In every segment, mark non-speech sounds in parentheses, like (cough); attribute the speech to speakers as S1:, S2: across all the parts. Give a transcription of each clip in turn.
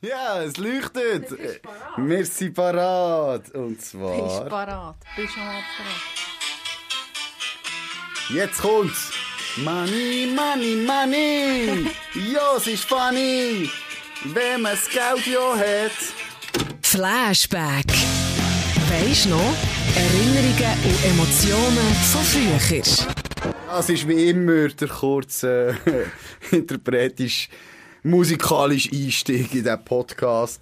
S1: Ja, es leuchtet.
S2: Du bist parat.
S1: Wir sind parat. Und
S2: Bist
S1: zwar.
S2: parat. Bist schon mal parat.
S1: Jetzt kommt's. Money, money,
S2: (laughs)
S1: money. ja, es ist funny. Wenn man das Geld ja hat.
S3: Flashback. Weisst noch? Erinnerungen und Emotionen von früher.
S1: Das ist wie immer der kurze (laughs) äh, interpretisch musikalische Einstieg in diesen Podcast,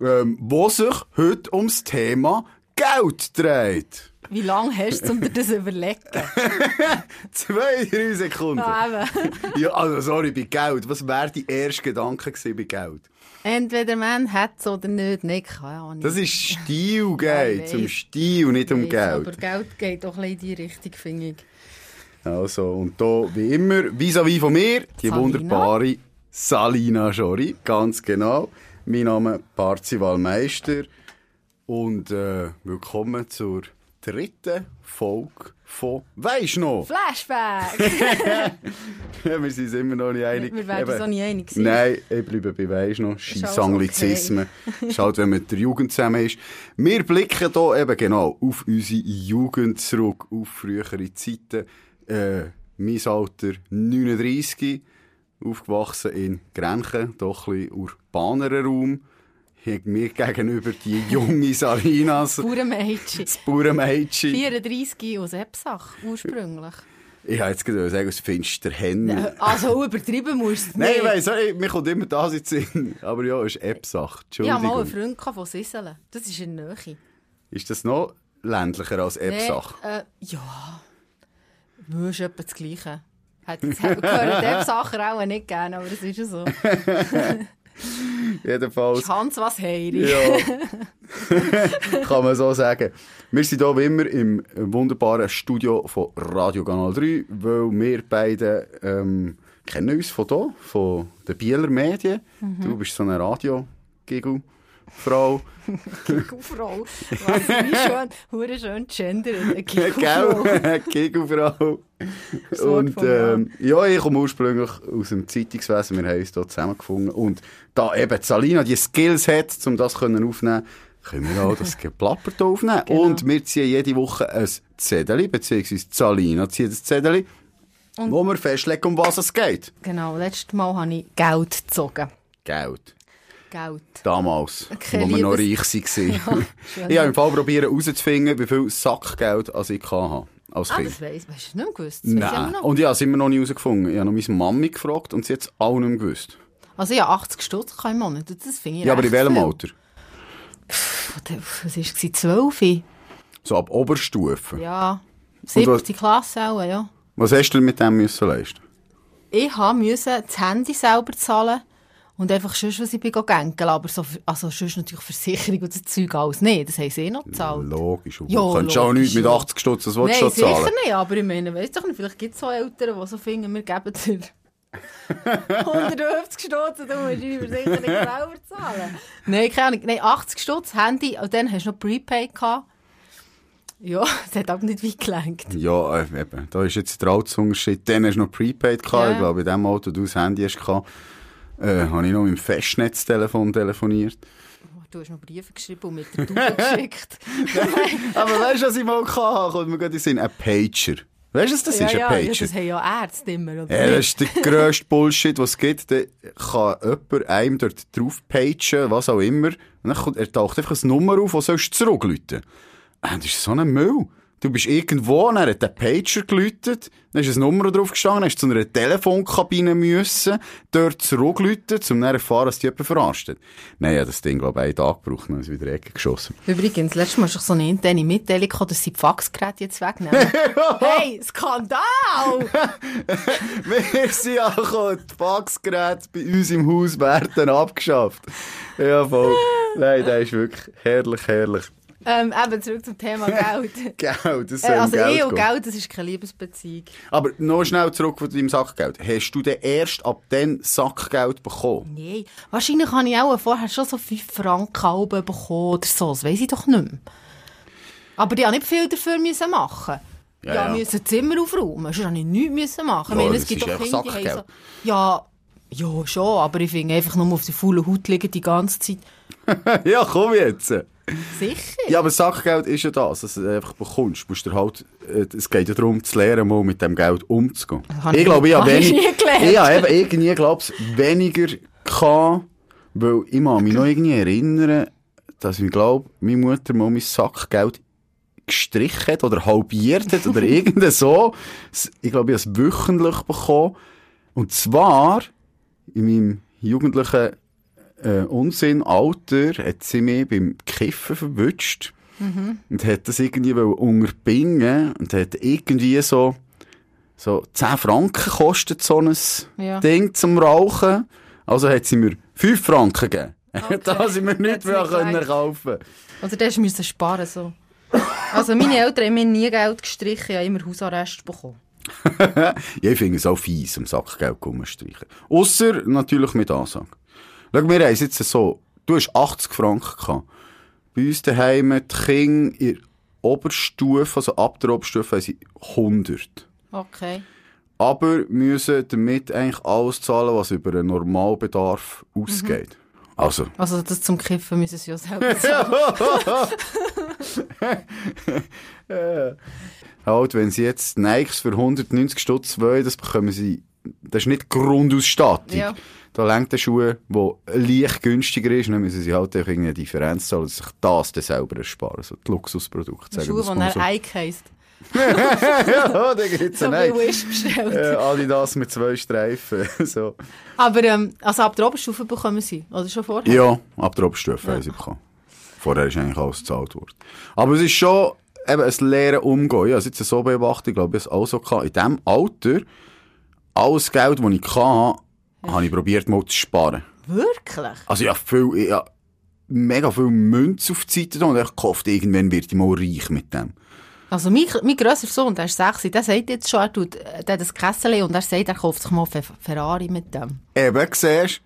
S1: ähm, wo sich heute ums Thema Geld dreht. (laughs)
S2: Wie lange hast du, um dir das zu überlegen?
S1: Zwei, drei Sekunden.
S2: (laughs) Ja, eben.
S1: (laughs) Ja, also sorry, bei Geld. Was wäre dein erster Gedanke gewesen bei Geld?
S2: Entweder man hat es oder nicht. Nein, keine Ahnung.
S1: Das ist Stil,
S2: Ja,
S1: geht
S2: ich
S1: zum
S2: weiss.
S1: Stil, nicht um
S2: Weiss, Aber
S1: Geld.
S2: Geld geht doch ein bisschen in die Richtung, finde ich.
S1: Also, und da, wie immer, vis-à-vis von mir, die
S2: Salina.
S1: wunderbare Salina Schori, ganz genau. Mein Name Parzival Meister und äh, willkommen zur dritten Folge von «Weisst noch?»
S2: (laughs) Flashback!
S1: (laughs) Ja, Wir sind uns immer noch nicht einig.
S2: Wir werden
S1: Eben.
S2: uns auch nicht einig sein.
S1: Nein, ich bleibe bei Weisst noch.
S2: alles
S1: Scheiss Anglizismen. ist halt, wenn man mit der Jugend zusammen ist. Wir blicken hier eben genau auf unsere Jugend zurück, auf frühere Zeiten. Äh, mein Alter 39, aufgewachsen in Grenchen, doch ein bisschen urbanerer Raum. Hat Mir gegenüber die junge
S2: (laughs)
S1: Salinas,
S2: Bauernmädchen.
S1: das Bauernmädchen.
S2: 34 aus Ebsach, ursprünglich. (laughs)
S1: Ich hätte jetzt gerade sagen, aus Finsterhennen.
S2: Also übertrieben musst du es
S1: Nein,
S2: nicht.
S1: ich weiss, sorry, mir kommt immer das in den Sinn. Aber ja, ist App-Sache.
S2: Ich hatte mal einen
S1: Entschuldigung.
S2: Freund gehabt von Sisselen. Das ist in der Nähe.
S1: ist das noch ländlicher als App-Sache?
S2: Äh, ja. Du ist etwa das Gleiche. Hat jetzt gehört, der Sacher auch nicht gerne, aber es ist ja so.
S1: Jedenfalls.
S2: Ist Hans (laughs) was Heiri.
S1: Ja. (laughs) Kann man so sagen. Wir sind hier wie immer im wunderbaren Studio von Radio Kanal 3, weil wir beide ähm, kennen uns von hier, von den Bieler Medien. Du bist so eine radio frau
S2: Gigufrau. Was wie schön, hure schön gendern. Gigufrau.
S1: Gell? (laughs) Gegenfrau.
S2: Das Wort
S1: Und
S2: vom
S1: ähm, ja, ich komme ursprünglich aus dem Zeitungswesen. Wir haben uns hier zusammengefunden. Und da eben die Salina die Skills hat, um das können aufnehmen können wir auch das Geplapper hier aufnehmen.
S2: (laughs) Genau.
S1: Und wir ziehen jede Woche ein Zettel, beziehungsweise die Salina zieht ein Zettel, wo wir festlegen, um was es geht.
S2: Genau, letztes Mal habe ich Geld gezogen.
S1: Geld.
S2: Geld.
S1: Damals,
S2: Kein
S1: wo wir noch reich
S2: Liebes- (laughs)
S1: waren.
S2: schön.
S1: ich habe im Fall probieren herauszufinden, wie viel Sackgeld als ich hatte, als
S2: Ah,
S1: Kind.
S2: das weiss, weißt du nicht mehr gewusst. Das weiss ich
S1: Nein.
S2: auch noch.
S1: Und ja, sind wir noch nie herausgefunden. Ich habe noch meine Mami gefragt und sie hat es auch nicht mehr gewusst.
S2: Also ich habe 80 Stutz gehabt im Monat. und Das finde ich
S1: Ja, aber in
S2: recht
S1: welchem
S2: viel.
S1: Alter?
S2: Pff, Was war es? 12?
S1: So ab Oberstufe.
S2: Ja.
S1: was-
S2: 7. Klasse auch, ja.
S1: Was hast du denn mit dem müssen leisten?
S2: Ich habe müssen das Handy selber zahlen und einfach sonst, was ich bin gegangen, aber so, also sonst natürlich Versicherung und das Zeug alles. Nein, das haben sie eh noch gezahlt.
S1: Logisch. Und
S2: Ja,
S1: du kannst auch
S2: logisch,
S1: nichts mit
S2: ja.
S1: 80 Stutz, das
S2: Nein,
S1: willst du schon
S2: sicher
S1: zahlen.
S2: nicht, aber ich meine, weißt doch nicht, vielleicht gibt es so Eltern, die so finden, wir geben
S1: (laughs)
S2: dir 150 Stutz und du musst deine Versicherung selber
S1: (laughs)
S2: zahlen. Nein, keine Ahnung. Nein, 80 Stutz Handy und dann hast du noch Prepaid gehabt. Ja, (laughs) es hat auch nicht weit gelenkt.
S1: Ja, äh, eben. Da ist jetzt der Altunterschied. Dann hast du noch Prepaid gehabt.
S2: Ja.
S1: Ich glaube, in dem Auto, du das Handy hast gehabt, äh, habe ich noch mit dem Festnetztelefon telefoniert.
S2: Du hast noch Briefe geschrieben und mit
S1: (laughs)
S2: der Tube geschickt.
S1: aber weißt du, was ich mal hatte? Kommt mir gerade in den Sinn. Ein Pager. Weißt du, was das
S2: ja,
S1: ist? Ein
S2: ja,
S1: Pager.
S2: ja, das haben ja Ärzte immer. Oder?
S1: Ja, das ist der grösste Bullshit, was es gibt. Dann kann jemand einem dort draufpeitschen, was auch immer. Und dann kommt, er taucht einfach eine Nummer auf, die sollst du zurückrufen. Ah, Das ist so ein Müll. Du bist irgendwo, dann hat der Pager geläutet, dann ist eine Nummer drauf gestanden, dann hast du zu einer Telefonkabine müssen, dort zurückrufen, um dann erfahren, dass die jemand verarscht. Nein, ja, das Ding, glaube ich, einen Tag gebraucht, dann ist es wieder in die Ecke geschossen.
S2: Übrigens, letztes Mal hast du so eine interne Mitteilung gehabt, dass sie die Faxgeräte
S1: (laughs)
S2: jetzt wegnehmen. hey, Skandal!
S1: Wir sind angekommen, die Faxgeräte bei uns im Haus werden abgeschafft. Ja, voll. Nein, der ist wirklich herrlich, herrlich.
S2: ähm, eben zurück zum Thema Geld.
S1: Geld, das
S2: Äh,
S1: soll um
S2: also
S1: Geld
S2: ich und
S1: gehen.
S2: Geld, das ist keine Liebesbeziehung.
S1: Aber noch schnell zurück von deinem Sackgeld. Hast du denn erst ab dann Sackgeld bekommen?
S2: Nein, wahrscheinlich habe ich auch vorher schon so 5 Franken Alben bekommen oder so, das weiss ich doch nicht mehr. Aber die habe nicht viel dafür müssen machen.
S1: Ja,
S2: Ja,
S1: ja.
S2: ja. müssen Zimmer aufräumen, sonst habe ich nichts müssen
S1: Ja,
S2: machen. ich meine, es
S1: das
S2: gibt
S1: ist
S2: doch
S1: einfach
S2: Kinder, die haben
S1: Sackgeld.
S2: so... Ja, Ja, schon, aber ich finde einfach nur auf der faulen Haut liegen die ganze Zeit.
S1: (laughs) ja, komm jetzt.
S2: Sicher.
S1: Ja, aber Sachgeld ist ja das, dass du es einfach bekommst. Musst dir halt, äh, es geht ja darum, zu lernen, mal mit dem Geld umzugehen.
S2: hab
S1: Ich
S2: ich-
S1: glaube, ich (laughs) habe
S2: hab ich
S1: wenig,
S2: nie gelernt.
S1: ich habe eben irgendwie, glaube ich, weniger kann, weil ich mag mich noch irgendwie erinnern, dass ich glaube, meine Mutter mal mein Sackgeld gestrichen hat oder halbiert hat (laughs) oder irgend so. S- Ich glaube, ich habe es wöchentlich bekommen. Und zwar, in meinem jugendlichen äh, Unsinn, Alter, hat sie mich beim Kiffen verwünscht
S2: Mhm.
S1: und hat das irgendwie wollen unterbingen und hat irgendwie so, so 10 Franken kostet so ein
S2: Ja.
S1: Ding zum Rauchen. Also hat sie mir 5 Franken gegeben. (laughs) da sind wir
S2: Hat
S1: nicht
S2: sie
S1: mehr
S2: nicht
S1: können
S2: gereicht.
S1: kaufen.
S2: Oder Also, das müssen sparen so. Also meine Eltern haben mir nie Geld gestrichen, ich habe immer Hausarrest bekommen.
S1: Ja, ich finde es auch fies, am Sackgeld streichen. Ausser natürlich mit Ansage. Schau, wir haben es jetzt so, du hast 80 Franken gehabt. Bei uns daheim, die Kinder in der Oberstufe, also ab der Oberstufe, haben sie 100.
S2: Okay.
S1: aber müssen damit eigentlich alles zahlen, was über einen Normalbedarf ausgeht. Also.
S2: Also das zum Kiffen müssen sie ja selber zahlen.
S1: Halt, wenn sie jetzt Nikes für 190 Stutz wollen, das bekommen sie, das ist nicht Grundausstattung.
S2: Ja.
S1: Da lenkt der Schuh, wo leicht günstiger ist, und dann müssen sie halt auch irgendeine Differenz zahlen und sich das dann selber ersparen. So die Luxusprodukte. sagen
S2: Schuhe,
S1: wir's
S2: die
S1: mal
S2: er Ike heisst.
S1: ja, (laughs) da gibt's
S2: So
S1: einen.
S2: wie
S1: Nike.
S2: Wish bestellt. (laughs)
S1: Äh, Adidas mit zwei Streifen. (laughs) so.
S2: Aber ähm, also ab der Oberstufe bekommen sie, oder schon vorher?
S1: Ja, ab der Oberstufe haben sie bekommen. Vorher ist eigentlich alles gezahlt worden. Aber es ist schon eben ein leeren Umgehen. Ja, jetzt so beobachtet, ich glaube, ich habe es auch so gehabt. In diesem Alter, alles Geld, das ich hatte, habe ich probiert, mal zu sparen.
S2: Wirklich?
S1: Also ich habe viel, ich habe mega viel Münze auf die Seite getan und ich gehofft, irgendwann werde ich mal reich mit dem.
S2: Also mein, mein grösser Sohn, der ist 6, der sagt jetzt schon, er tut, der hat ein Kessel und er sagt, er kauft sich mal Fe- Ferrari mit dem.
S1: Eben, siehst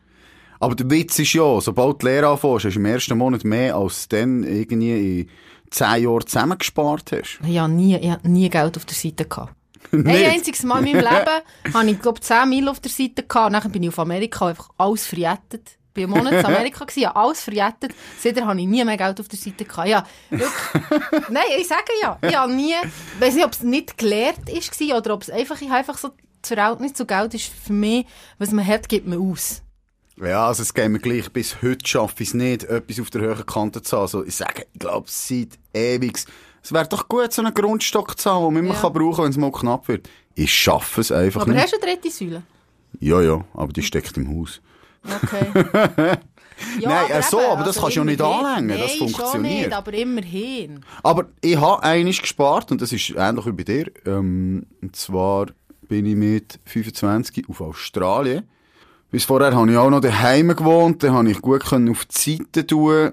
S1: Aber der Witz ist ja, sobald du die Lehre anfängst, hast du im ersten Monat mehr, als du dann irgendwie in 10 Jahren zusammengespart hast.
S2: Ich habe nie, ich hab nie Geld auf der Seite
S1: (laughs)
S2: gehabt. Ein einziges Mal in meinem Leben habe ich, glaube 10 Mil auf der Seite gehabt. Und Nachher bin ich auf Amerika einfach alles verjettet. Ich war einen Monat in Amerika, gewesen, habe alles verjettet. Seitdem habe ich nie mehr Geld auf der Seite gehabt. Ja, wirklich.
S1: (laughs)
S2: Nein, ich sage ja. Ich habe nie, ich weiss nicht, ob es nicht gelehrt war oder ob es einfach, ich habe einfach so, das Verhältnis zu Geld ist für mich, was man hat, gibt man aus.
S1: Ja, also es geht mir gleich, bis heute schaffe ich es nicht, etwas auf der höheren Kante zu haben. Also ich sage, ich glaube, seit ewig. Es wäre doch gut, so einen Grundstock zu haben, den man
S2: Ja.
S1: immer kann brauchen kann, wenn es mal knapp wird. Ich schaffe es einfach
S2: Aber
S1: nicht.
S2: hast du eine dritte Säule?
S1: Ja, ja, aber die steckt im Haus. (laughs)
S2: Okay. Ja,
S1: Nein, äh, so,
S2: eben,
S1: aber das kannst du ja nicht
S2: immerhin.
S1: anlängen, das
S2: Nein, Schon
S1: funktioniert.
S2: nicht, aber immerhin.
S1: Aber ich habe einiges gespart, und das ist ähnlich wie bei dir. Ähm, und zwar bin ich mit 25 auf Australien. Bis vorher habe ich auch noch daheim gewohnt, da konnte ich gut können auf die Seite tun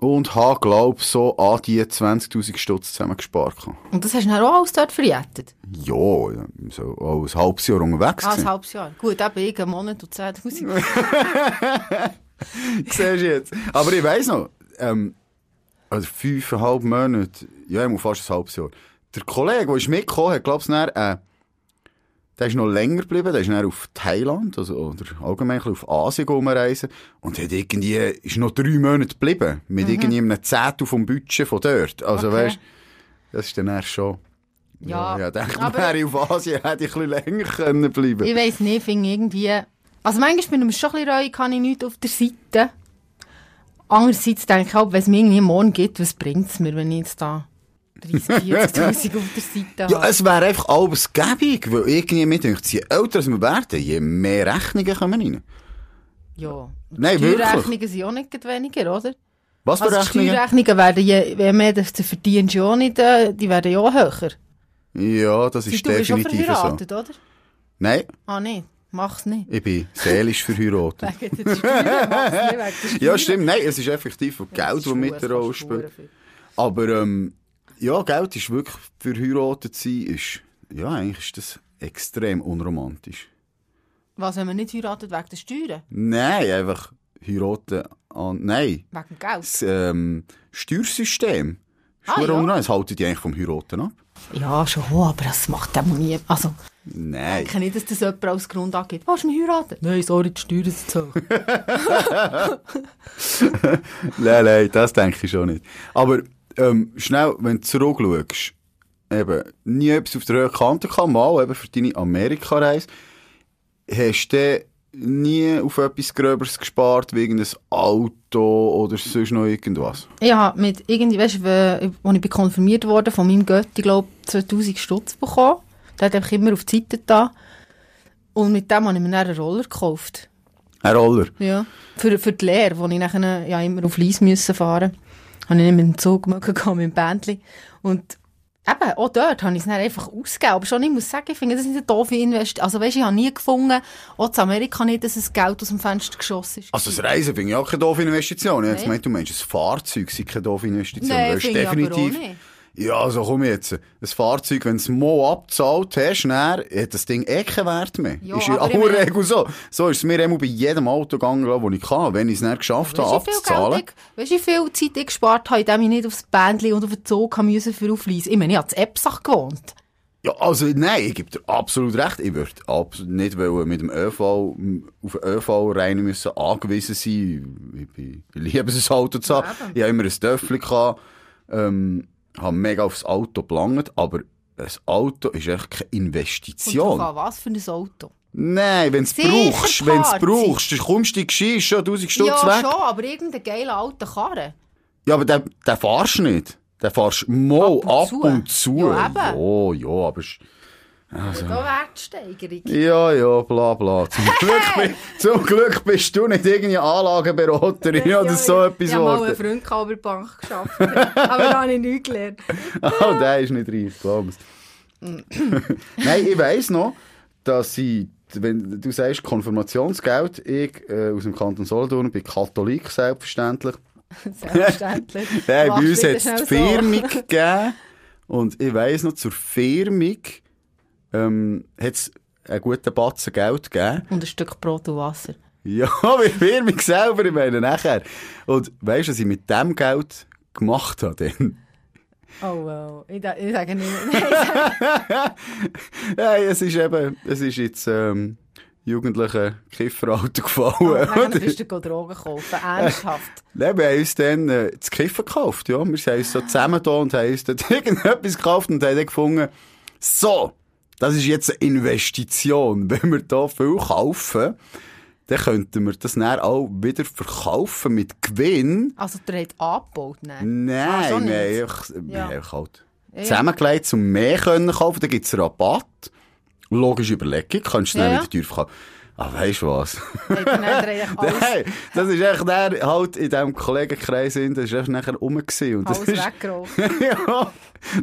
S1: und habe, glaube ich, so an die 20'000 Stutz zusammen gespart. gehabt.
S2: Und das hast du dann auch alles dort verjettet?
S1: Ja, so auch ein halbes Jahr unterwegs
S2: Ah, ein
S1: gewesen.
S2: halbes Jahr. Gut, eben ich einen Monat und 10'000.
S1: Siehst du jetzt. Aber ich weiss noch, ähm, also fünfeinhalb Monate, ja, ich muss fast ein halbes Jahr. Der Kollege, der ist mitgekommen hat, glaubst du, dann, äh, der ist noch länger geblieben, der ist dann auf Thailand, oh, also, oder allgemein ein bisschen auf Asien rumreisen und hat irgendwie, ist noch drei Monate geblieben, mit irgendwie einem Zehntel vom Budget von dort. Also
S2: Okay.
S1: weißt das ist dann erst schon, ja,
S2: Ja,
S1: ja, ich denke,
S2: aber-
S1: wäre ich auf Asien, hätte ich ein bisschen länger können bleiben
S2: ich weiss nicht, finde ich irgendwie... Also manchmal bin ich mir schon ein bisschen reuig, kann ich nichts auf der Seite. Andererseits denke ich halt, wenn es mir irgendwie morgen gibt, was bringt es mir, wenn ich jetzt da 30'000, 40'000 auf der Seite
S1: Ja,
S2: habe?
S1: es wäre einfach alles gäbig, weil irgendwie mir denkt, je älter als wir werden, je mehr Rechnungen kommen rein.
S2: Ja.
S1: Nein,
S2: Die
S1: wirklich.
S2: Steuerrechnungen sind auch nicht gerade weniger, oder?
S1: Was für
S2: Also die
S1: Rechnungen?
S2: Steuerrechnungen werden, je, je mehr das du verdienst, ja auch nicht, äh, die werden ja auch höher.
S1: Ja, das
S2: Sie,
S1: ist
S2: du bist schon
S1: definitiv so.
S2: verheiratet, oder?
S1: Nein,
S2: Ah, nein, mach's nicht. (laughs)
S1: ich bin seelisch verheiratet.
S2: Wegen der Steuern, mach's nicht wegen der
S1: ja,
S2: Steuern.
S1: stimmt. Nein, es ist effektiv Geld, das mit der Rolle spielt. Aber ähm, ja, Geld ist wirklich verheiratet sein, ist, ja, eigentlich ist das extrem unromantisch.
S2: Was, wenn man nicht heiratet wegen der Steuern?
S1: Nein, einfach heiraten an, nein,
S2: Wegen dem Geld?
S1: das ähm, Steuersystem.
S2: Ah,
S1: Schuhe
S2: ja.
S1: unten an, es haltet die eigentlich vom Heiraten ab.
S2: Ja, schon, aber das macht dem nie. Also,
S1: Nein.
S2: ich kann nicht, dass das jemand als Grund angibt. Willst du mich heiraten? Nein, sorry, die Steuern sind zu hoch.
S1: Nein, nein, das denke ich schon nicht. Aber ähm, schnell, wenn du zurückschaust, eben, nie etwas auf der Höhe Kante kann, mal eben für deine Amerika-Reise, hast du dann nie auf etwas Gröberes gespart, wegen ein Auto oder sonst noch irgendwas?
S2: Ja, mit irgendwie, weißt du, we- als ich bin konfirmiert wurde, von meinem Götti, glaube 2000 Stutz bekommen. Der hat einfach immer auf die Seite da. Und mit dem habe ich mir dann einen Roller gekauft.
S1: Herr Roller,
S2: Ja. Für, für die Lehre, wo ich nachher ja immer auf Lies müssen fahren habe ich nicht mit dem Zug (laughs) mögen gehen, mit dem Bändchen. Und eben, auch dort habe ich es dann einfach ausgegeben. Aber schon, ich muss sagen, ich finde, das ist eine doofe Investition. Also weißt, ich habe nie gefunden, auch in Amerika nicht, dass es Geld aus dem Fenster geschossen ist.
S1: also das Reisen finde ich auch keine doofe Investition. Ich habe
S2: Nein.
S1: gemeint, du meinst, ein Fahrzeug sei keine doofe Investition.
S2: Nein,
S1: weil es
S2: finde ich aber auch
S1: definitiv-
S2: nicht.
S1: Ja, also komm jetzt. Ein Fahrzeug, wenn du es mal abzahlt hast, dann hat das Ding eh keinen Wert mehr.
S2: Ja,
S1: ist in
S2: aber ich
S1: aller
S2: meine-
S1: Regel so. So ist es mir immer bei jedem Auto gegangen, glaub, wo ich kann. Wenn ich es nicht geschafft habe,
S2: Weißt du, wie viel Geld
S1: abzuzahlen.
S2: ich- Weißt du, wie viel Zeit ich gespart habe, indem ich nicht aufs Bändchen und auf den Zug haben müssen für auf Lies? Ich meine, ich habe in Epsach gewohnt.
S1: Ja, also nein, ich gebe dir absolut recht. Ich würde absolut nicht wollen mit dem ÖV, m, auf den ÖV rein müssen, angewiesen sein. Ich, bin- ich liebe es, ein Auto zu haben. ich habe immer ein Töffel gehabt, ähm, habe mega aufs Auto gelangt, aber ein Auto ist echt keine
S2: Und
S1: Investition.
S2: drauf an, was für ein Auto.
S1: Nein, wenn du
S2: Sicher
S1: brauchst, wenn
S2: Party.
S1: brauchst, dann kommst du die Geschichte schon 1000 Stutz
S2: ja,
S1: weg.
S2: schon, aber irgendein geiler alter Karre.
S1: Ja, aber den, den fahrst du nicht. Den fahrst du mal
S2: Ab und
S1: ab
S2: zu.
S1: und zu.
S2: Ja, eben.
S1: ja, ja, aber... ist-
S2: Also. Da Wertsteigerung.
S1: Ja, ja, bla bla.
S2: (laughs)
S1: Zum Glück, bi- zum Glück bist du nicht irgendeine Anlagenberaterin oder so etwas
S2: Ich habe mal einen
S1: geworden.
S2: Freund gehabt, der bei der Bank geschafft (laughs) hat. aber da habe ich nichts gelernt.
S1: (laughs) Oh, der ist nicht reif,
S2: (laughs)
S1: glaubst Nein, ich weiss noch, dass ich, wenn du sagst Konfirmationsgeld, ich äh, aus dem Kanton Solothurn bin Katholik, selbstverständlich.
S2: Selbstverständlich.
S1: (laughs) Nein, bei
S2: Machst
S1: uns
S2: bitte
S1: hat es
S2: schnell
S1: die
S2: so. (laughs)
S1: Firmung gegeben. Und ich weiss noch, zur Firmung ähm, hat es einen guten Batzen Geld gegeben.
S2: Und ein Stück Brot und Wasser.
S1: Ja, (laughs) bei der Firmung selber, ich meine nachher. Und weißt du, was ich mit dem Geld gemacht habe? Denn? (laughs)
S2: Oh, wow. Ich, da- ich sage nicht mehr.
S1: Nein, es ist eben, es ist jetzt ähm, jugendliche Kifferalter gefallen.
S2: Oh, Nein, dann bist du go Drogen kaufen. Ernsthaft.
S1: Nein, wir haben uns dann äh, das Kiffen gekauft, ja. Wir haben uns so zusammen da und haben uns dort (laughs) irgendetwas gekauft und haben dann gefunden, so, das ist jetzt eine Investition. Wenn wir da viel kaufen, dann könnten wir das dann auch wieder verkaufen mit Gewinn.
S2: Also, der hat abgebaut. Nein. Ah, so
S1: Nein, wir haben
S2: nicht.
S1: einfach, wir
S2: Ja.
S1: haben einfach halt
S2: ja.
S1: zusammengelegt, um mehr können kaufen. Dann gibt's Rabatt. Logische Überlegung, kannst du dann
S2: Ja, ja.
S1: wieder teuer verkaufen. Aber weißt du was?
S2: Hat er
S1: (laughs)
S2: dann eigentlich alles
S1: Nein, das ist echt dann halt in diesem Kollegenkreis, hin, das ist echt nachher rum gewesen. Und das
S2: Alles
S1: ist,
S2: weggeraucht.
S1: (laughs) ja,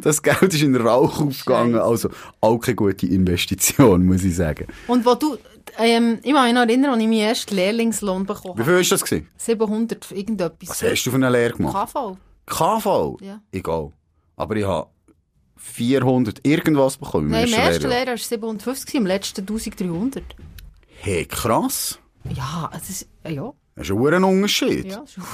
S1: das Geld ist in Oh, den Rauch aufgegangen.
S2: Scheiße.
S1: Also auch keine gute (laughs) Investition, muss ich sagen.
S2: Und wo du, ähm, ich kann mich noch erinnern, als ich meinen ersten Lehrlingslohn bekommen
S1: Wie
S2: habe.
S1: viel war das? Gewesen?
S2: 700 irgendetwas.
S1: Was hast du für eine Lehre gemacht?
S2: KV.
S1: KV?
S2: Ja.
S1: Egal. Aber ich habe 400 irgendwas bekommen. im
S2: Nein, im ersten
S1: Lehrjahr.
S2: Lehrjahr war es 750, gewesen, im letzten 1300.
S1: Hey, krass.
S2: Ja, es ist, äh, ja,
S1: Das ist ein hoher Unterschied.
S2: ja, schon.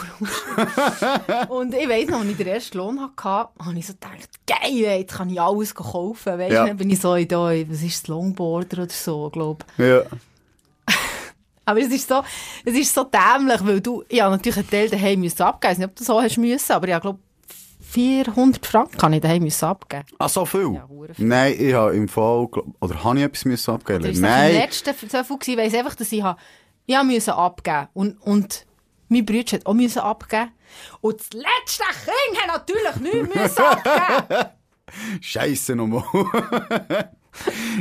S2: Und ich weiss noch, als ich den ersten Lohn hatte, habe ich so gedacht, geil, ey, jetzt kann ich alles kaufen. Weißt du,
S1: Ja.
S2: dann bin ich so in da, was ist das, Longboarder oder so, glaube
S1: Ja.
S2: Aber es ist so, es ist so dämlich, weil du, ja, natürlich einen Teil daheim müssen abgeben. Ich weiß nicht, ob du so hast müssen, aber ich glaube, 400 Franken kann ich daheim müssen abgeben.
S1: Ah, so viel?
S2: Ja, hure viel.
S1: Nein, ich habe im Fall... glaub- Oder habe ich etwas müssen abgeben
S2: Das war das
S1: Nein.
S2: letzte so viel gewesen, weil ich einfach, dass ich, habe, ich habe müssen abgeben und, und mein Bruder hat auch müssen abgeben. Und das letzte Kind hat natürlich nichts müssen abgeben.
S1: Scheiße nochmal.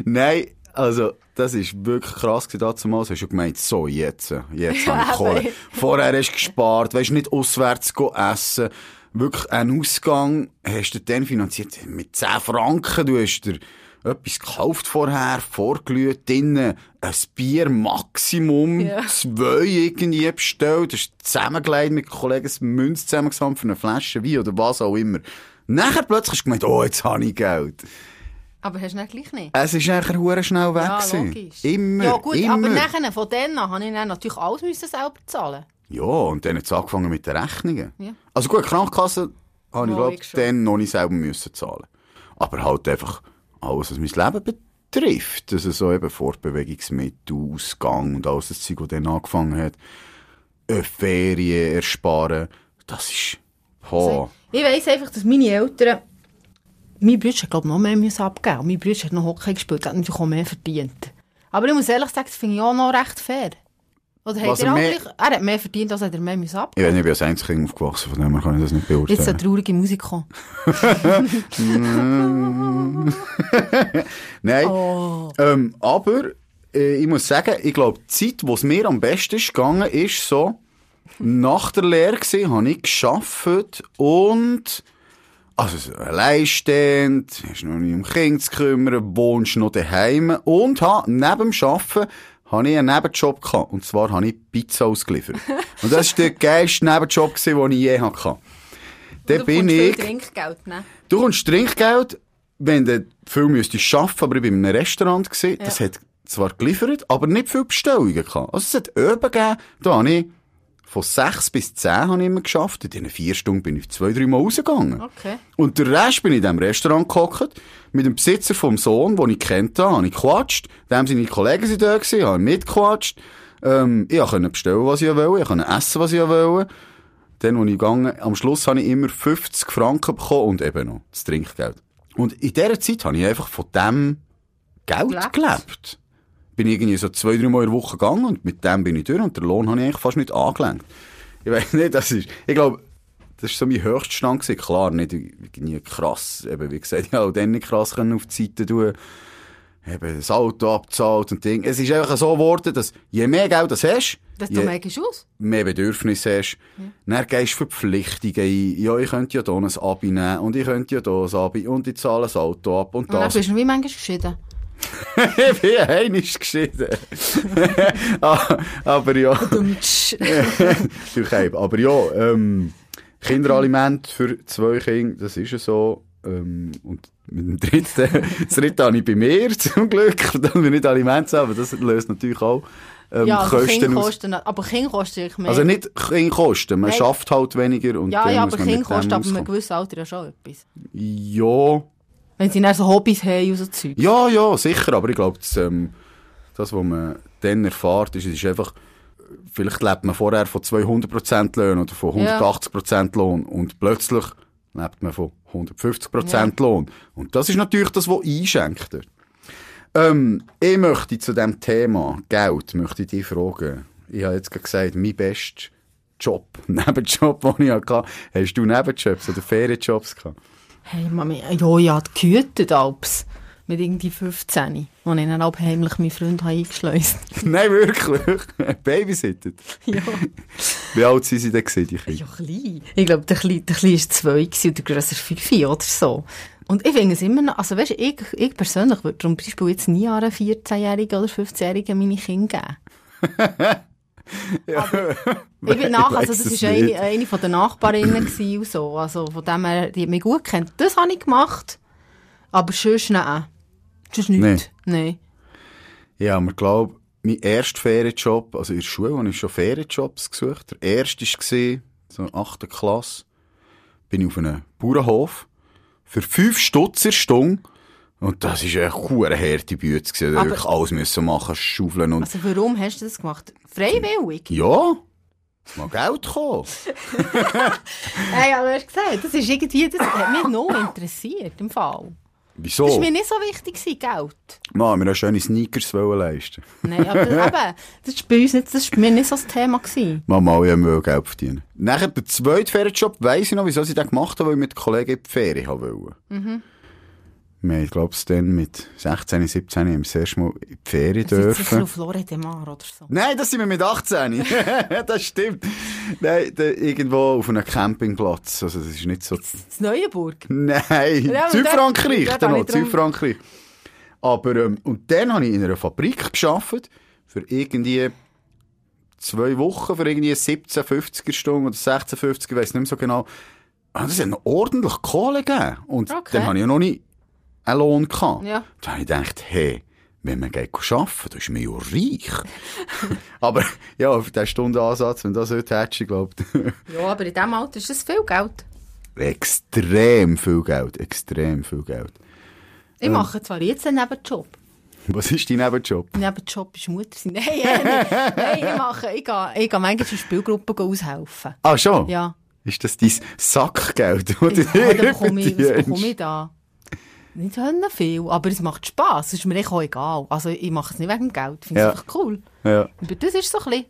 S1: Nein, also das ist wirklich krass gewesen dazumal. Hast du gemeint, so jetzt, äh, jetzt habe ich Kohle.
S2: eben.
S1: Vorher hast du gespart, weißt nicht auswärts go essen. Wirklich einen Ausgang hast du dann finanziert mit 10 Franken. Du hast dir etwas gekauft vorher, vorgelüht, drinnen ein Bier Maximum,
S2: Ja.
S1: zwei irgendwie bestellt, hast zusammengelegt mit Kollegen ein Münz zusammengesammelt für eine Flasche Wein oder was auch immer. Nachher plötzlich hast du gemeint, oh, jetzt habe ich Geld.
S2: Aber hast du dann gleich nicht.
S1: Es ist nachher hure schnell weg.
S2: Ja,
S1: gewesen.
S2: logisch.
S1: Immer,
S2: ja, gut,
S1: immer.
S2: aber nachher, von dann an, habe ich dann natürlich alles müssen selber zahlen.
S1: Ja, und dann hat es angefangen mit den Rechnungen.
S2: Ja.
S1: Also gut, Krankenkasse habe ich,
S2: Mal,
S1: glaube
S2: ich schon.
S1: dann noch nicht selber müssen zahlen. Aber halt einfach alles, was mein Leben betrifft. Also so eben Fortbewegungsmittel, Ausgang und alles das Zeug, das dann angefangen hat. Äh, Ferien ersparen. Das ist... Boah.
S2: Ich weiss einfach, dass meine Eltern... Mein Bruder hat, glaube ich, noch mehr müssen abgeben Und mein Bruder hat noch Hockey gespielt, hat natürlich auch mehr verdient. Aber ich muss ehrlich sagen, das finde ich auch noch recht fair. Oder hat
S1: Was
S2: er,
S1: er
S2: auch
S1: mehr-
S2: gleich- er hat mehr verdient, als hat er mehr müssen abgeben
S1: Ich weiß nicht, ich bin als Einzelkind aufgewachsen, von dem her kann ich das nicht beurteilen.
S2: Jetzt so traurige Musik kommen.
S1: Nein. Ähm, aber äh, ich muss sagen, ich glaube, die Zeit, wo es mir am besten ist gegangen ist, so nach der Lehre gewesen, habe ich geschafft und also so alleinstehend, hast noch nicht um Kind zu kümmern, wohnst noch daheim und habe neben dem Arbeiten habe ich einen Nebenjob gehabt. Und zwar habe ich Pizza
S2: (laughs)
S1: ausgeliefert. Und das war der geilste Nebenjob, gewesen, den ich je hatte. Da bin ich...
S2: Trinkgeld, ne?
S1: Du kommst Trinkgeld, wenn du viel müsstest arbeiten, aber ich war in einem Restaurant, gewesen, das hat zwar geliefert, aber nicht viele Bestellungen gehabt. Also es hat oben gegeben, da habe ich von 6 bis 10 habe ich immer geschafft. In diesen 4 Stunden bin ich zwei, drei Mal rausgegangen.
S2: Okay.
S1: Und der Rest bin ich in diesem Restaurant gehockt, mit dem Besitzer vom Sohn, den ich kennt habe, habe ich gequatscht. Dem seine Kollegen sind da gewesen, habe mitgequatscht. Ähm, ich konnte bestellen, was ich wollte, ich konnte essen, was ich wollte. Dann, als ich gegangen am Schluss habe ich immer 50 Franken bekommen und eben noch das Trinkgeld. Und in dieser Zeit habe ich einfach von dem Geld
S2: Gelebt.
S1: gelebt. Bin irgendwie so zwei, drei Mal in der Woche gegangen und mit dem bin ich durch und den Lohn habe ich eigentlich fast nicht angelenkt. Ich weiß nicht, das ist, ich glaube, das war so mein Höchststand. Gewesen. Klar, nicht irgendwie krass, eben, wie gesagt, ich habe auch dann nicht krass können auf die Seite tun eben das Auto abzahlt und Ding. Es ist einfach so geworden, dass je mehr Geld das hast,
S2: Das du
S1: je,
S2: merkst aus.
S1: mehr Bedürfnisse hast. Dann gehst du Verpflichtungen ein. Ja, ich könnte ja hier ein Abi nehmen und ich könnte ja hier ein Abi und ich zahle das Auto ab und
S2: Und dann
S1: das.
S2: bist du wie manchmal geschieden.
S1: (laughs) ich bin heimisch geschieden. (laughs) Ah, aber ja, durch Heim. Aber ja, ähm, Kinderaliment für zwei Kinder, das ist ja so. Ähm, und mit dem dritten, (laughs) das dritte habe ich bei mir (laughs) zum Glück, dann wir nicht Aliment zahlen, aber das löst natürlich auch ähm,
S2: (laughs) ja, also Kinder
S1: Kosten aus.
S2: kosten, aber Kinder kosten eigentlich mehr.
S1: Also nicht Kinder kosten, man
S2: Nein.
S1: schafft halt weniger und
S2: ja,
S1: dann
S2: ja,
S1: muss
S2: aber
S1: man mit
S2: Kinder
S1: dem
S2: kosten ab einem
S1: auskommen.
S2: gewissen Alter ja schon etwas.
S1: Ja,
S2: Wenn sie dann so Hobbys haben und so Zeug.
S1: ja, ja, sicher, aber ich glaube, das, ähm, das, was man dann erfährt, ist, es ist einfach, vielleicht lebt man vorher von 200% Lohn oder von
S2: Ja.
S1: 180% Lohn und plötzlich lebt man von 150% Lohn. Und das ist natürlich das, was einschenkt. Ähm, ich möchte zu dem Thema Geld, möchte ich dich fragen. Ich habe jetzt gerade gesagt, mein bester Job, (laughs) Nebenjob, den ich hatte. Hast du Nebenjobs oder Ferienjobs gehabt?
S2: Hey Mami, ja, ja, die gehütet Alps. Mit irgendwie 15, wo ich dann abheimlich meinen Freund habe eingeschleust
S1: (laughs) Nein, wirklich. Babysittet.
S2: ja.
S1: (laughs) Wie alt sind sie denn gewesen, die Kinder?
S2: ja, klein. Ich glaube, der Kleine, der Kleine war zwei gewesen und der Grösser fünf oder so. Und ich finde es immer noch, also weißt du, ich, ich persönlich würde zum Beispiel jetzt nie an einen 14-Jährigen oder 15-Jährigen meine Kinder geben.
S1: (laughs)
S2: Aber ich bin nach,
S1: ich
S2: also
S1: weiss
S2: das
S1: es
S2: war eine,
S1: nicht.
S2: eine von den Nachbarinnen gewesen und so, also von dem her, die hat mich gut kennt. Das habe ich gemacht, aber sonst nein. Sonst nichts. Nein.
S1: Ja, aber ich glaube, mein erster Ferienjob, also in der Schule habe ich schon Ferienjobs gesucht. Der erste war, so in der 8. Klasse, bin ich auf einem Bauernhof für 5 Stutzer Stunde. Und das war eine hure harte Büte. gewesen. Da
S2: Aber-
S1: wirklich alles müssen machen, schaufeln und...
S2: Also warum hast du das gemacht?
S1: (laughs)
S2: Freiwillig?
S1: ja, mal Geld
S2: (laughs)
S1: kommen.
S2: Nein, aber du hast gesagt, das ist irgendwie, das hat mich noch interessiert im Fall.
S1: Wieso?
S2: Das war mir nicht so wichtig, gewesen, Geld.
S1: Mann, wir wollten schöne Sneakers leisten.
S2: Nein,
S1: (laughs)
S2: aber das, eben, das war bei uns nicht, das war bei mir nicht so das Thema. Gewesen.
S1: Mama, ich will Geld verdienen. Nachher der zweite Ferienjob, weiss ich noch, wieso ich den gemacht habe, weil ich mit Kollegen in die Ferien haben wollte. Wir haben, ich glaube, dann mit 16, 17 haben wir das erste Mal in die Ferien
S2: Das ist sicher
S1: dürfen.
S2: auf Flore de Mar oder so.
S1: Nein, das sind wir mit 18. (laughs) das stimmt. Nein, da, irgendwo auf einem Campingplatz. Also, das ist nicht so.
S2: Das Neuenburg.
S1: Nein,
S2: Ja, aber
S1: Südfrankreich,
S2: dort- dort
S1: dann
S2: habe
S1: noch,
S2: ich drum-
S1: Südfrankreich. Aber, ähm, und dann habe ich in einer Fabrik geschafft für irgendwie zwei Wochen, für irgendwie 17,50er Stunden oder 16,50, ich weiß nicht mehr so genau. Ah, Das hat noch ordentlich Kohle gegeben. Und
S2: Okay.
S1: dann habe ich ja noch nie einen Lohn gehabt.
S2: Ja.
S1: Da habe ich gedacht, hey, wenn man geht arbeiten, dann ist man ja reich.
S2: (laughs)
S1: Aber ja, auf diesen Stundenansatz, wenn du das heute hättest, ich glaube,
S2: Ja, aber in diesem Alter ist das viel Geld.
S1: (laughs) extrem viel Geld. Extrem viel Geld. Ähm.
S2: Ich mache zwar jetzt einen Nebenjob.
S1: (laughs) Was ist dein Nebenjob?
S2: Nebenjob ist Mutter sein. (laughs) Nein, eh nicht. Nein, ich mache, ich gehe, ich gehe manchmal in Spielgruppen aushelfen.
S1: Ah, schon?
S2: Ja.
S1: Ist das dein Sackgeld? das (laughs)
S2: Ich,
S1: du
S2: ja, dann bekomme ich, was
S1: verdienst?
S2: bekomme ich da? Nicht hören viel, aber es macht Spass. Es ist mir echt auch egal. Also ich mache es nicht wegen dem Geld. Ich finde
S1: Ja.
S2: es einfach cool.
S1: Ja.
S2: Aber das ist so ein bisschen...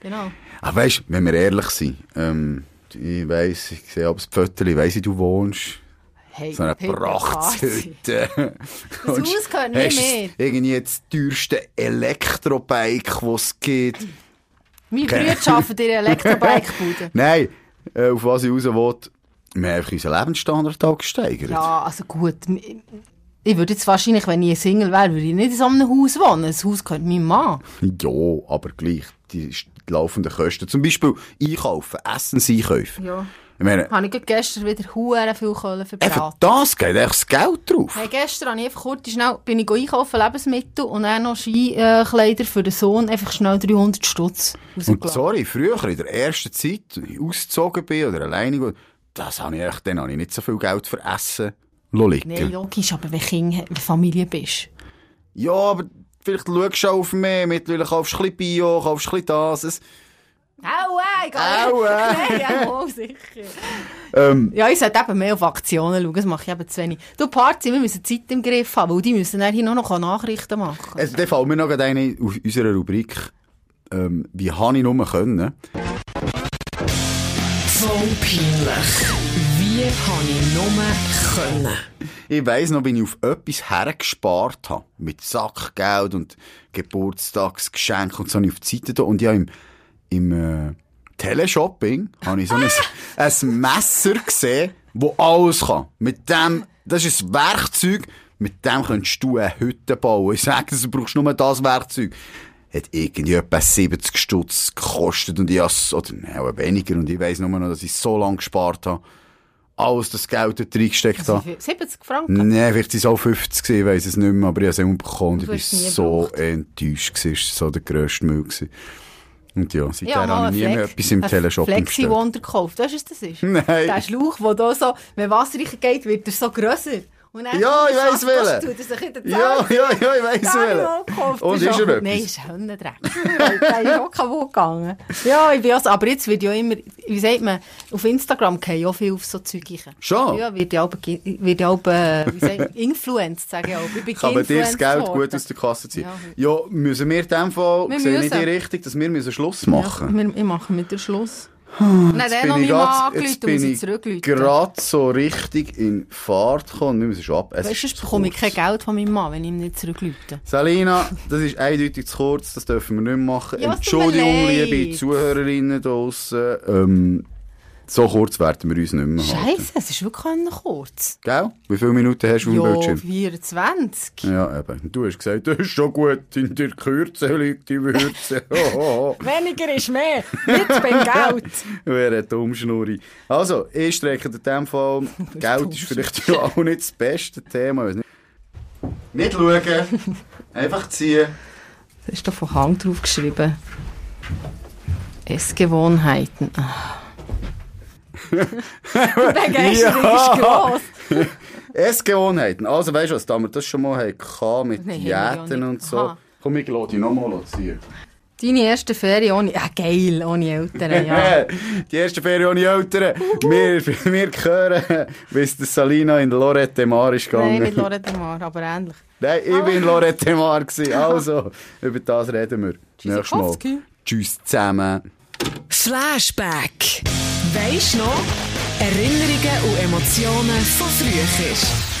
S2: Genau.
S1: Aber weißt du, wenn wir ehrlich sind, ähm, ich weiss, ich sehe ab das Pfötterli, weiss ich, du wohnst.
S2: Hey,
S1: So eine
S2: Peter
S1: (laughs)
S2: Parzi.
S1: Prachthütte.
S2: Das
S1: Und
S2: Haus gehört
S1: hast
S2: nicht mehr.
S1: Irgendwie das teuerste Elektrobike, das es gibt.
S2: Meine Brüder arbeiten in der Elektrobike-Bude.
S1: (laughs) Nein, äh, auf was ich raus will, wir haben einfach unseren Lebensstandard auch gesteigert.
S2: Ja, also gut. m- Ich würde jetzt wahrscheinlich, wenn ich Single wäre, würde ich nicht in so einem Haus wohnen. Das Haus gehört meinem Mann.
S1: Ja, aber gleich die, die laufenden Kosten. Zum Beispiel einkaufen, Essenseinkäufe.
S2: Ja.
S1: Ich meine,
S2: Habe ich gerade gestern wieder hure viel Kohle
S1: einfach
S2: verbrannt.
S1: das geht echt das Geld drauf.
S2: Hey, gestern habe ich einfach kurz schnell, bin ich einkaufen, Lebensmittel und dann noch Skikleider für den Sohn, einfach schnell 300 Stutz
S1: Und
S2: rausgelassen.
S1: sorry, früher in der ersten Zeit, als ich ausgezogen bin oder alleine, war, das habe ich echt, dann habe ich nicht so viel Geld für Essen lassen liegen.
S2: Nein, logisch, aber wenn Kind, wenn Familie bist.
S1: Ja, aber vielleicht schaust du auch auf mehr, mittlerweile kaufst du ein bisschen Bio, kaufst ein bisschen das. Es,
S2: Aua, egal.
S1: Aua.
S2: (laughs)
S1: Ähm.
S2: Nein, ja, mal sicher. Ja, ich sollte eben mehr auf Aktionen schauen, das mache ich eben zu wenig. Du, Parzi, wir müssen die Zeit im Griff haben, weil die müssen dann hier nur noch Nachrichten machen.
S1: es, dann fällt mir noch gerade eine aus unserer Rubrik, ähm, wie habe ich nur können.
S3: Voll peinlich. Wie habe ich nur können?
S1: Ich weiss noch, bin ich auf etwas hergespart habe. Mit Sackgeld und Geburtstagsgeschenk und so habe ich auf die Seite da. Und ja, im, im äh, Teleshopping habe ich so ein, ein Messer gesehen, wo alles kann. Mit dem, das ist ein Werkzeug, mit dem könntest du eine Hütte bauen. Ich sage, du brauchst nur das Werkzeug. Hat irgendwie etwa 70 Stutz gekostet und ich has, oder nein, auch weniger. Und ich weiss nur noch, dass ich so lange gespart habe. Alles das Geld dort reingesteckt
S2: Also,
S1: habe.
S2: 70 Franken?
S1: Nein, vielleicht waren es auch 50, gewesen, ich weiß es nicht mehr, aber ich habe es immer bekommen. und
S2: Du
S1: Ich war
S2: hast es nie
S1: so
S2: gebraucht.
S1: enttäuscht, gewesen. es war so der grösste Müll. Gewesen. Und ja, seither
S2: Ja, mal
S1: habe ich nie mehr etwas im Teleshopping
S2: Flexi
S1: bestellt.
S2: Wonder gekauft. Weißt du, was das
S1: (laughs)
S2: ist?
S1: Nein.
S2: Der Schlauch, der da so, wenn Wasser reingeht, wird er so grösser. Und dann
S1: Ja, ich weiss
S2: Schaftkast
S1: welchen.
S2: tut er sich in den
S1: Ja,
S2: Zahn.
S1: ja, ja, ich
S2: Den
S1: weiss
S2: habe ich
S1: welchen.
S2: auch gekauft.
S1: Und
S2: Der
S1: ist
S2: auch-
S1: er
S2: Nein,
S1: etwas?
S2: ist (laughs) Höllendreck. Der ist auch kaputt gegangen. Ja, ich bin auch so, aber jetzt wird ja immer, wie sagt man, auf Instagram gehen auch viel auf so Zeug rein.
S1: Schon?
S2: Ja, wird ja auch, be- wird ja auch, be- eh, wie sagt man, Influenced, sage ich auch. Ich bin
S1: Kann man dir das
S2: geinfluenced
S1: Geld
S2: worden.
S1: gut aus der Kasse ziehen?
S2: Ja.
S1: Ja, müssen wir in dem Fall,
S2: Wir
S1: sehe ich
S2: müssen.
S1: die Richtung, dass wir müssen Schluss machen müssen?
S2: Ja, wir, ich mache mit dem Schluss. Nein,
S1: Bin
S2: dann noch
S1: ich
S2: meinen
S1: grad-
S2: Mann angerufen
S1: jetzt
S2: und muss
S1: bin
S2: ich
S1: ich
S2: zurückrufen.
S1: gerade so richtig in Fahrt gekommen. Wir müssen schon ab. Es
S2: Weißt du,
S1: ist
S2: sonst
S1: zu
S2: bekomme ich
S1: kurz.
S2: kein Geld von meinem Mann, wenn ich ihm nicht zurückrufe.
S1: Selina, das ist eindeutig zu kurz, das dürfen wir nicht machen.
S2: Ja, es tut mir
S1: Entschuldigung,
S2: leid.
S1: liebe Zuhörerinnen draussen. Ähm, so kurz werden wir uns nicht mehr halten.
S2: Scheiße, es ist wirklich auch noch kurz.
S1: Gell? Wie viele Minuten hast du auf dem
S2: Ja,
S1: Bildschirm?
S2: 24.
S1: Ja, eben. Du hast gesagt, das ist schon gut, in der Kürze liegt die Würze.
S2: (laughs)
S1: Oh, oh.
S2: Weniger ist mehr. Nicht beim Geld.
S1: Wer hat Umschnurri? Also, ich strecke in dem
S2: (laughs)
S1: Fall, Geld ist vielleicht ja auch nicht das beste Thema. ich weiss Nicht, nicht
S2: (laughs)
S1: schauen, einfach ziehen.
S2: Da ist doch von Hand drauf geschrieben. Essgewohnheiten. (laughs) Ah. Die Begeisterung
S1: Ja.
S2: ist gross.
S1: Essgewohnheiten. Also, weißt du was, da wir das schon mal hatten mit
S2: Nein, haben wir ja
S1: Diäten
S2: nicht.
S1: und so.
S2: Aha.
S1: Komm, ich lasse dich nochmal ziehen.
S2: Deine erste Ferien ohne... Ah, geil, ohne
S1: (laughs)
S2: Eltern, ja.
S1: Die erste Ferien ohne Eltern. Wir, (laughs) wir hören, wie es der Salina in Lorette de Mar ist gegangen.
S2: Nein, nicht Ah. Loretta Mar, aber ähnlich.
S1: (laughs) Nein, ich bin in Lorette de Mar. gewesen.
S2: (laughs)
S1: Also, über das reden wir. Nächstes Mal.
S2: Tschüssikowski.
S1: Tschüss zusammen.
S3: Flashback. Weisst noch? Erinnerungen und Emotionen von früher.